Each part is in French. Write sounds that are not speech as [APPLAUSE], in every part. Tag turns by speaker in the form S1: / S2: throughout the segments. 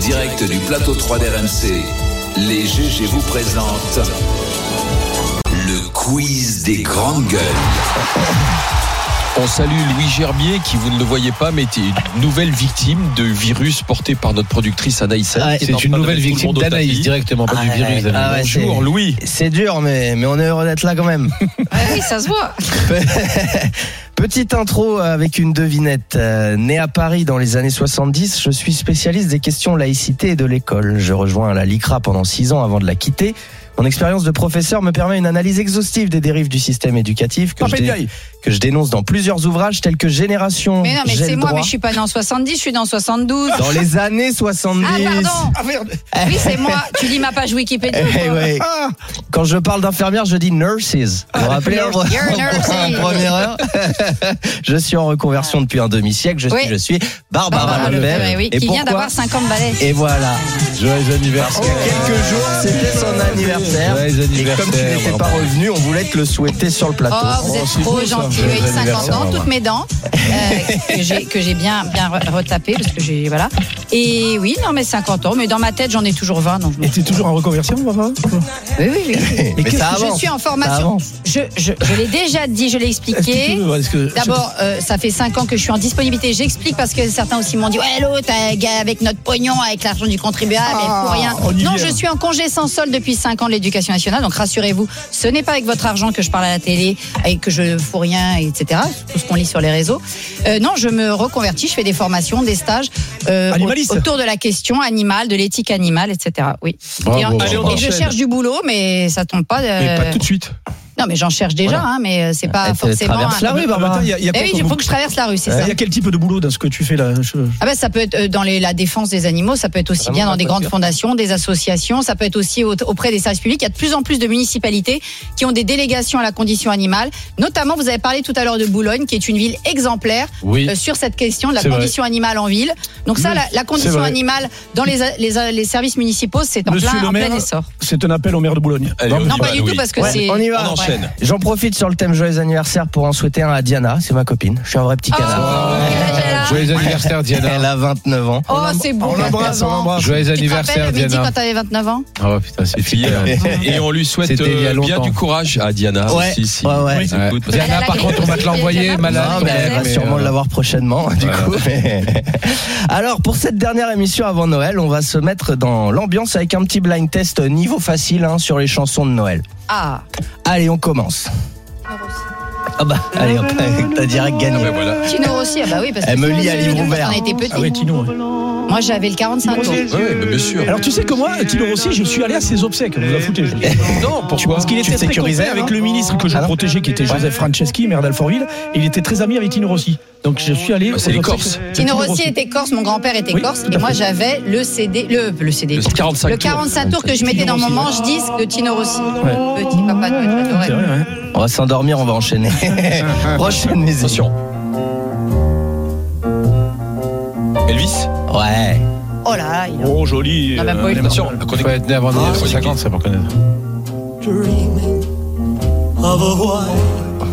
S1: direct du plateau 3 d'RMC, les GG vous présentent le quiz des grandes gueules.
S2: On salue Louis Gerbier qui, vous ne le voyez pas, mais était une nouvelle victime de virus porté par notre productrice Anaïs. Saint,
S3: Ah,
S2: qui est en
S3: c'est une
S2: train de
S3: nouvelle
S2: mettre tout le
S3: victime
S2: monde au
S3: d'Anaïs
S2: tapis.
S3: directement, pas du
S4: Ah,
S3: virus.
S4: ouais,
S3: Anaïs.
S4: ah ouais, c'est-
S2: Bonjour Louis.
S4: C'est dur, mais, mais on est heureux d'être là quand
S5: [LAUGHS]
S4: même.
S5: Oui, ça se voit.
S4: [LAUGHS] Petite intro avec une devinette. Euh, né à Paris dans les années 70, je suis spécialiste des questions laïcité et de l'école. Je rejoins la LICRA pendant 6 ans avant de la quitter. Mon expérience de professeur me permet une analyse exhaustive des dérives du système éducatif que, je, dé- que je dénonce dans plusieurs ouvrages tels que Génération.
S5: Mais non, mais
S4: J'ai
S5: c'est
S4: le
S5: moi,
S4: droit.
S5: mais je suis pas dans 70, je suis dans 72.
S4: Dans les années 70. [LAUGHS]
S5: Ah, pardon. Oui, c'est moi. Tu lis ma page Wikipédia.
S4: Eh
S5: quoi.
S4: ouais. Quand je parle d'infirmière, je dis nurses. Vous vous rappelez en,
S5: You're
S4: [LAUGHS]
S5: a nurse.
S4: en première heure [LAUGHS] Je suis en reconversion depuis un demi-siècle. Je suis,
S5: Oui.
S4: je suis Barbara,
S5: Barbara
S4: Lefebvre.
S5: Lefebvre, Ah, oui,
S4: et
S5: qui
S4: pourquoi
S5: vient d'avoir 50 balais.
S4: Et voilà.
S3: Joyeux anniversaire.
S4: Parce qu'il y a quelques jours, c'était son anniversaire.
S3: Joyeux
S4: Et
S3: anniversaire.
S4: comme tu n'étais pas revenu, on voulait te le souhaiter sur le
S5: Oh,
S4: plateau.
S5: vous êtes
S3: c'est beau,
S5: trop
S3: ça.
S5: gentil.
S3: Joyeux
S5: Oui, 50
S3: anniversaire,
S5: ans, toutes
S3: Barbara.
S5: mes dents euh, que j'ai- que j'ai bien bien re- retapé parce que j'ai voilà. Et oui, non, mais 50 ans. Mais dans ma tête, j'en ai toujours 20. Donc je m'en-
S3: t'es toujours en reconversion, papa
S5: oui,
S4: [LAUGHS]
S5: oui, oui.
S4: Mais ça
S5: Je
S4: avance.
S5: suis en
S4: Ça
S3: Bah,
S5: formation.
S4: avance.
S5: Je, je, je l'ai déjà dit, je l'ai expliqué. D'abord, euh, ça fait 5 ans que je suis en disponibilité. J'explique parce que certains aussi m'ont dit Ouais, l'autre, euh, gars, avec notre pognon, avec l'argent du contribuable,
S3: Ah,
S5: pour rien.
S3: on y
S5: Non,
S3: vient.
S5: je suis en congé sans solde depuis 5 ans de l'éducation nationale. Donc rassurez-vous, ce n'est pas avec votre argent que je parle à la télé et que je fous rien, etc. Tout ce qu'on lit sur les réseaux. Euh, non, je me reconvertis, je fais des formations, des stages euh,
S3: Animaliste.
S5: au- autour de la question animale, de l'éthique animale, etc. Oui.
S3: Bravo.
S5: Et, en-
S3: Allez, on
S5: et je
S3: enchaîne.
S5: cherche du boulot, mais ça tombe pas. euh,
S3: Mais pas tout de suite.
S5: non, mais j'en cherche déjà, hein, mais euh, c'est pas
S4: Elle
S5: forcément.
S4: traverse la
S5: un-
S4: rue, Barbara.
S3: Attends, bah. il y a- il y a
S5: eh
S3: quoi
S5: oui,
S3: comme
S5: il
S3: boulot
S5: faut que je traverse la rue, c'est
S3: Il
S5: ça.
S3: y a quel type de boulot dans ce que tu fais là Je-
S5: Ah ben, ça peut être euh, dans les, la défense des animaux, ça peut être aussi
S4: Vraiment,
S5: bien
S4: la
S5: dans des grandes
S4: voiture.
S5: fondations, des associations, ça peut être aussi au- auprès des services publics. Il y a de plus en plus de municipalités qui ont des délégations à la condition animale. Notamment, vous avez parlé tout à l'heure de Boulogne, qui est une ville exemplaire
S3: Oui.
S5: euh, sur cette question de la
S3: C'est vrai.
S5: condition animale en ville. Donc ça,
S3: Oui,
S5: la, la condition
S3: vrai.
S5: animale dans les, les, les services municipaux, c'est en
S3: Monsieur
S5: plein,
S3: le
S5: en
S3: maire,
S5: plein essor.
S3: C'est un appel au maire de Boulogne.
S2: Allez,
S3: Non,
S2: on y
S3: mais-
S5: Non,
S2: va,
S5: pas du
S2: Louis.
S5: tout, parce que
S4: Ouais,
S5: c'est...
S4: on y va.
S2: On enchaîne.
S4: J'en profite sur le thème joyeux anniversaire pour en souhaiter un à Diana, c'est ma copine. Je suis un vrai petit
S5: Oh,
S4: canard.
S6: Euh, Joyeux anniversaire Diana.
S4: [LAUGHS] Elle a 29 ans.
S5: oh, c'est beau.
S3: On l'embrasse, on l'embrasse.
S6: Joyeux
S5: Tu te rappelles
S6: anniversaire
S5: le midi
S6: Diana.
S5: quand t'avais 29
S6: Oh putain, c'est
S2: Puis,
S6: fini.
S2: euh, et on lui souhaite
S6: C'était il y a
S2: euh, bien
S6: longtemps.
S2: du courage à Diana
S4: Ouais,
S2: aussi. si-
S4: ouais, ouais.
S2: si elle écoute.
S5: Elle a
S6: Diana,
S5: la
S6: par
S5: grippe
S6: contre, on va
S5: aussi,
S6: te l'envoyer,
S5: Diana.
S6: malade.
S4: Non,
S6: quand
S4: mais elle
S6: même,
S4: va
S6: mais,
S4: sûrement
S6: euh,
S4: l'avoir prochainement, du coup. mais- [LAUGHS] Alors, pour cette dernière émission avant Noël, on va se mettre dans l'ambiance avec un petit blind test niveau facile hein, sur les chansons de Noël.
S5: Ah,
S4: Allez, on commence. Ah bah, allez, hop, [LAUGHS] t'as direct gagné.
S2: Ouais, voilà.
S5: Tino Rossi, ah bah oui, parce que
S4: Elle me
S5: Tino
S4: lit à
S5: Rossi,
S4: livre
S5: quand
S4: ouvert.
S5: on était
S3: Ah ouais,
S5: petit.
S3: Tino. ouais.
S5: Moi, j'avais le 45 tours.
S2: Ouais, ouais, mais bien sûr.
S3: Alors tu sais que moi, Tino Rossi, je suis allé à ses obsèques. Vous la foutez. je-
S2: non, pourquoi
S3: Parce qu'il
S4: Tu
S3: était
S4: te
S3: très
S4: sécurisais,
S3: copain avec
S4: hein
S3: le ministre que je
S4: Ah non
S3: protégeais, qui était Joseph Franceschi, maire d'Alfortville. Il était très ami avec Tino Rossi. Donc je suis allé.
S2: Bah, c'est
S3: aux
S2: les
S3: obsèques
S2: Corses.
S3: de
S5: Tino Rossi était corse, mon grand-père était
S3: Oui,
S5: corse,
S3: tout à
S5: et moi
S3: fait.
S5: j'avais le CD, le, le CD,
S2: Le 45
S5: Le
S2: tours.
S5: 45 tours que je mettais
S3: Tino
S5: dans mon
S3: Rossi,
S5: manche disque de Tino Rossi.
S3: Ouais.
S5: Petit papa Noël,
S3: C'est
S5: j'adorais.
S3: vrai, hein. ouais.
S4: On va s'endormir, on va
S2: [LAUGHS]
S4: enchaîner. Prochaine musique.
S2: Attention. Elvis
S4: Ouais.
S5: Oh là là, il a...
S3: Oh joli.
S5: Non, même pas eu le temps.
S2: Attention, la
S6: Faut
S2: chronique.
S6: être né avant 1950, ça pour connaître.
S7: dreaming of a white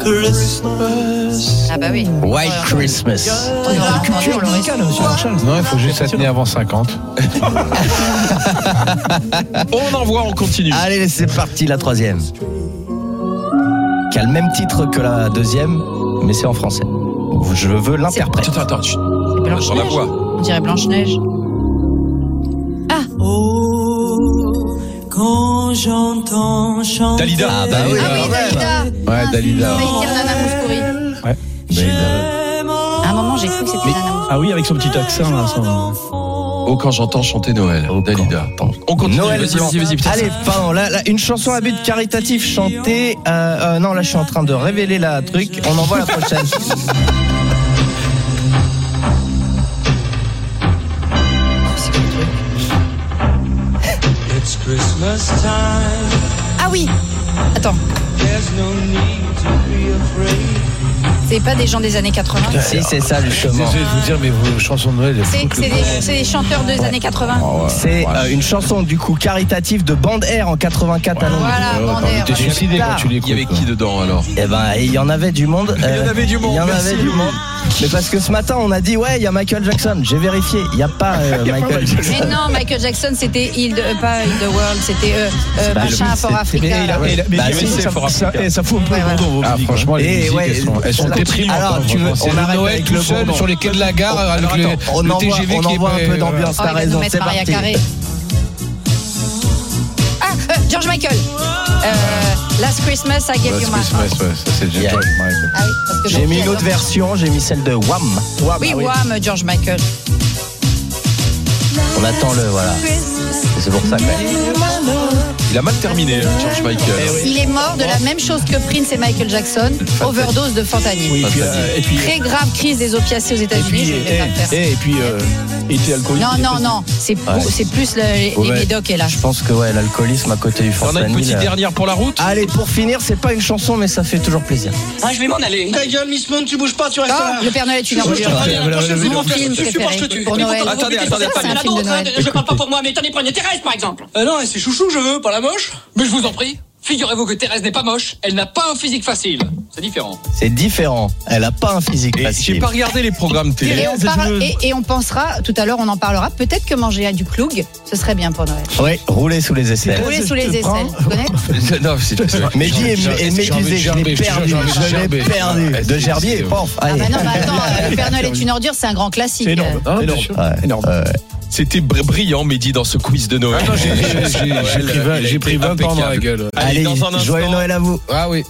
S7: Christmas.
S5: Ah bah oui.
S4: White
S5: Oh,
S4: Christmas.
S5: on aurait entendu, on l'aurait su.
S6: Non, il faut juste être né avant 50.
S2: [LAUGHS] On envoie, on continue.
S4: Allez, c'est parti, la troisième. Qui a le même titre que la deuxième, mais c'est en français. Je veux l'interprète.
S2: Attends, attends, chut.
S3: hein,
S2: Sur la
S5: Blanche-Neige.
S2: voix.
S5: On dirait Blanche-Neige.
S7: Oh, quand j'entends chanter.
S2: Dalida. Ah, bah
S4: oui,
S5: Ah oui, Dalida.
S6: Ouais, Dalida.
S5: Mais c'est Nana Mouskouri.
S7: À
S5: À un moment, j'ai cru que c'était Nana Mouskouri.
S3: Ah oui, avec son petit accent. là, son-
S2: Oh, quand j'entends chanter Noël. Dalida. On continue.
S4: Noël
S2: vas-y,
S4: Blanc.
S2: vas-y, vas-y, putain.
S4: Allez, pardon, là, là, une chanson à but caritatif chantée. euh, euh, non, là, je suis en train de révéler la truc. On envoie la prochaine.
S7: It's Christmas time.
S5: Ah oui. Attends.
S7: There's no need to be afraid.
S5: C'est pas des gens des années
S3: Ah
S5: 80.
S4: Si, c'est ça, justement.
S6: Désolé de vous dire, mais vos chansons de Noël, elles
S5: C'est
S6: foutent le
S5: c'est
S6: camp.
S5: des, c'est des chanteurs des années 80.
S3: Ah
S4: C'est euh, une chanson, du coup, caritative de Bande Air en 84 à Londres.
S5: Voilà,
S6: Ouais, ouais,
S5: Bandère.
S6: T'es suicidé quand tu l'écoutes.
S2: Il y avait
S6: quoi.
S2: qui dedans alors
S4: Eh ben, il y en avait du monde. euh,
S2: Il y en avait du monde,
S4: Il y en
S2: merci,
S4: avait du
S2: Louis.
S4: monde. Mais parce que ce matin, on a dit, ouais, il y a Michael Jackson. J'ai vérifié. Il n'y a pas euh, Michael Jackson.
S5: Mais non, Michael Jackson, c'était Hill de- euh, pas Hill the World, c'était euh, euh,
S4: Bah,
S5: machin
S4: le-
S5: Fort
S3: Mais,
S5: Africa.
S3: il a- mais il a- mais
S4: Bah,
S3: il a-
S4: si,
S3: ça-
S2: c'est fort
S3: ça-
S2: africain.
S3: eh, ça fout un peu
S5: Ouais,
S3: le
S5: voilà.
S3: bourdon, vos
S6: Ah,
S3: musiques.
S6: franchement, les
S4: Eh,
S6: musiques,
S4: ouais,
S6: elles sont, elles sont
S4: alors,
S6: déprimantes. hein,
S4: alors, tu veux-
S6: franchement.
S4: on
S6: C'est
S4: arrête
S6: le Noël
S4: avec
S6: tout
S4: le
S6: seul
S4: bonbon.
S6: sur les quais de la gare avec
S4: Alors,
S6: le,
S4: attends, on
S6: le
S4: envoie,
S6: TGV
S4: on
S6: qui est
S4: envoie un peu
S6: euh,
S4: d'ambiance.
S5: Oh,
S4: T'as
S5: il va nous
S4: raison,
S5: mettre
S4: c'est
S5: Maria
S4: parti.
S5: Carré. Ah, euh, George Michael. Euh, Last Christmas, I gave
S6: Last
S5: you my
S6: Christmas,
S5: heart.
S6: ouais, ça c'est
S4: Yeah.
S6: James Michael.
S5: Ah oui, parce que
S4: J'ai
S5: George
S4: mis une
S5: Michael.
S4: autre version. J'ai mis celle de Wham. Wham,
S5: Oui,
S4: ah
S5: Wham, George Michael.
S4: On attend le, voilà. Et C'est pour ça que.
S2: Il a mal terminé, hein, George Michael.
S6: Eh
S5: Il est mort de la même chose que Prince et Michael Jackson, overdose de fentanyl.
S3: Oui, et puis, euh, et puis-
S5: Très grave crise des opiacés aux
S3: et
S5: États-Unis,
S3: puis,
S5: je ne vais
S3: eh,
S5: pas le faire.
S3: eh, et puis, euh, il était alcoolique.
S5: Non,
S3: il était-
S5: non, non, c'est pou- c'est plus le- les les
S4: Ouais.
S5: médocs et là.
S4: Je pense que, ouais, l'alcoolisme à côté du
S2: On a une
S4: fentanyl.
S2: petite
S4: euh,
S2: dernière pour la route
S4: Allez, pour finir, c'est pas une chanson, mais ça fait toujours plaisir.
S8: Ah, je vais m'en aller.
S9: Ta gueule, Miss Moon, tu bouges pas, tu restes là.
S5: Ah, le Père Noël est une
S9: Je
S5: ordure.
S9: te préviens, la prochaine
S5: C'est
S9: fois,
S5: mon
S9: je te
S5: film
S9: tue,
S5: préféré
S9: moi, je te tue.
S5: pour Noël.
S2: Attendez, attendez,
S5: Ça,
S2: pas
S5: c'est un film de Noël.
S8: Je parle pas pour moi, mais tenez prenez Thérèse par exemple.
S9: Euh, non, c'est chouchou, je veux, pas la moche.
S8: Mais je vous en prie, figurez-vous que Thérèse n'est pas moche, elle n'a pas un physique facile. C'est différent.
S4: C'est différent. Elle a Ah, pas un physique
S2: Et J'ai
S4: facile.
S2: pas regardé les programmes télé.
S5: Et on, parle- et, et on pensera, tout à l'heure on en parlera, peut-être que manger à du cloug, ce serait bien pour Noël.
S4: Ouais, rouler sous les
S3: Eh,
S4: aisselles.
S5: Rouler sous les
S3: te
S5: aisselles,
S3: prends.
S5: vous
S3: [LAUGHS]
S5: connaissez
S2: Eh
S4: [LAUGHS]
S2: Non, c'est-
S6: [LAUGHS]
S4: Mehdi est,
S6: J'ai envie de
S4: est
S6: gerber,
S4: médusé, je
S6: j'ai envie
S4: l'ai
S6: de gerber,
S4: perdu,
S6: j'ai envie de
S4: je l'ai
S6: gerber.
S4: perdu.
S6: Ah,
S4: De
S6: c'est-
S4: gerbier,
S6: c'est-
S4: pof,
S5: Ah
S4: allez.
S5: bah non, mais attends,
S3: [LAUGHS]
S5: euh, le Père Noël est une ordure, c'est un grand classique.
S3: C'est énorme.
S6: Ah, bien
S3: énorme.
S6: sûr.
S4: Ouais.
S3: énorme.
S4: Ouais.
S2: C'était br- brillant, Mehdi, dans ce quiz de
S6: Ah
S2: Noël. [LAUGHS]
S6: J'ai j'ai- j'ai pris 20 j'ai pris 20 ans dans la gueule.
S2: Allez,
S4: Allez,
S2: dans un instant-
S4: joyeux Noël à vous.
S6: Ah oui.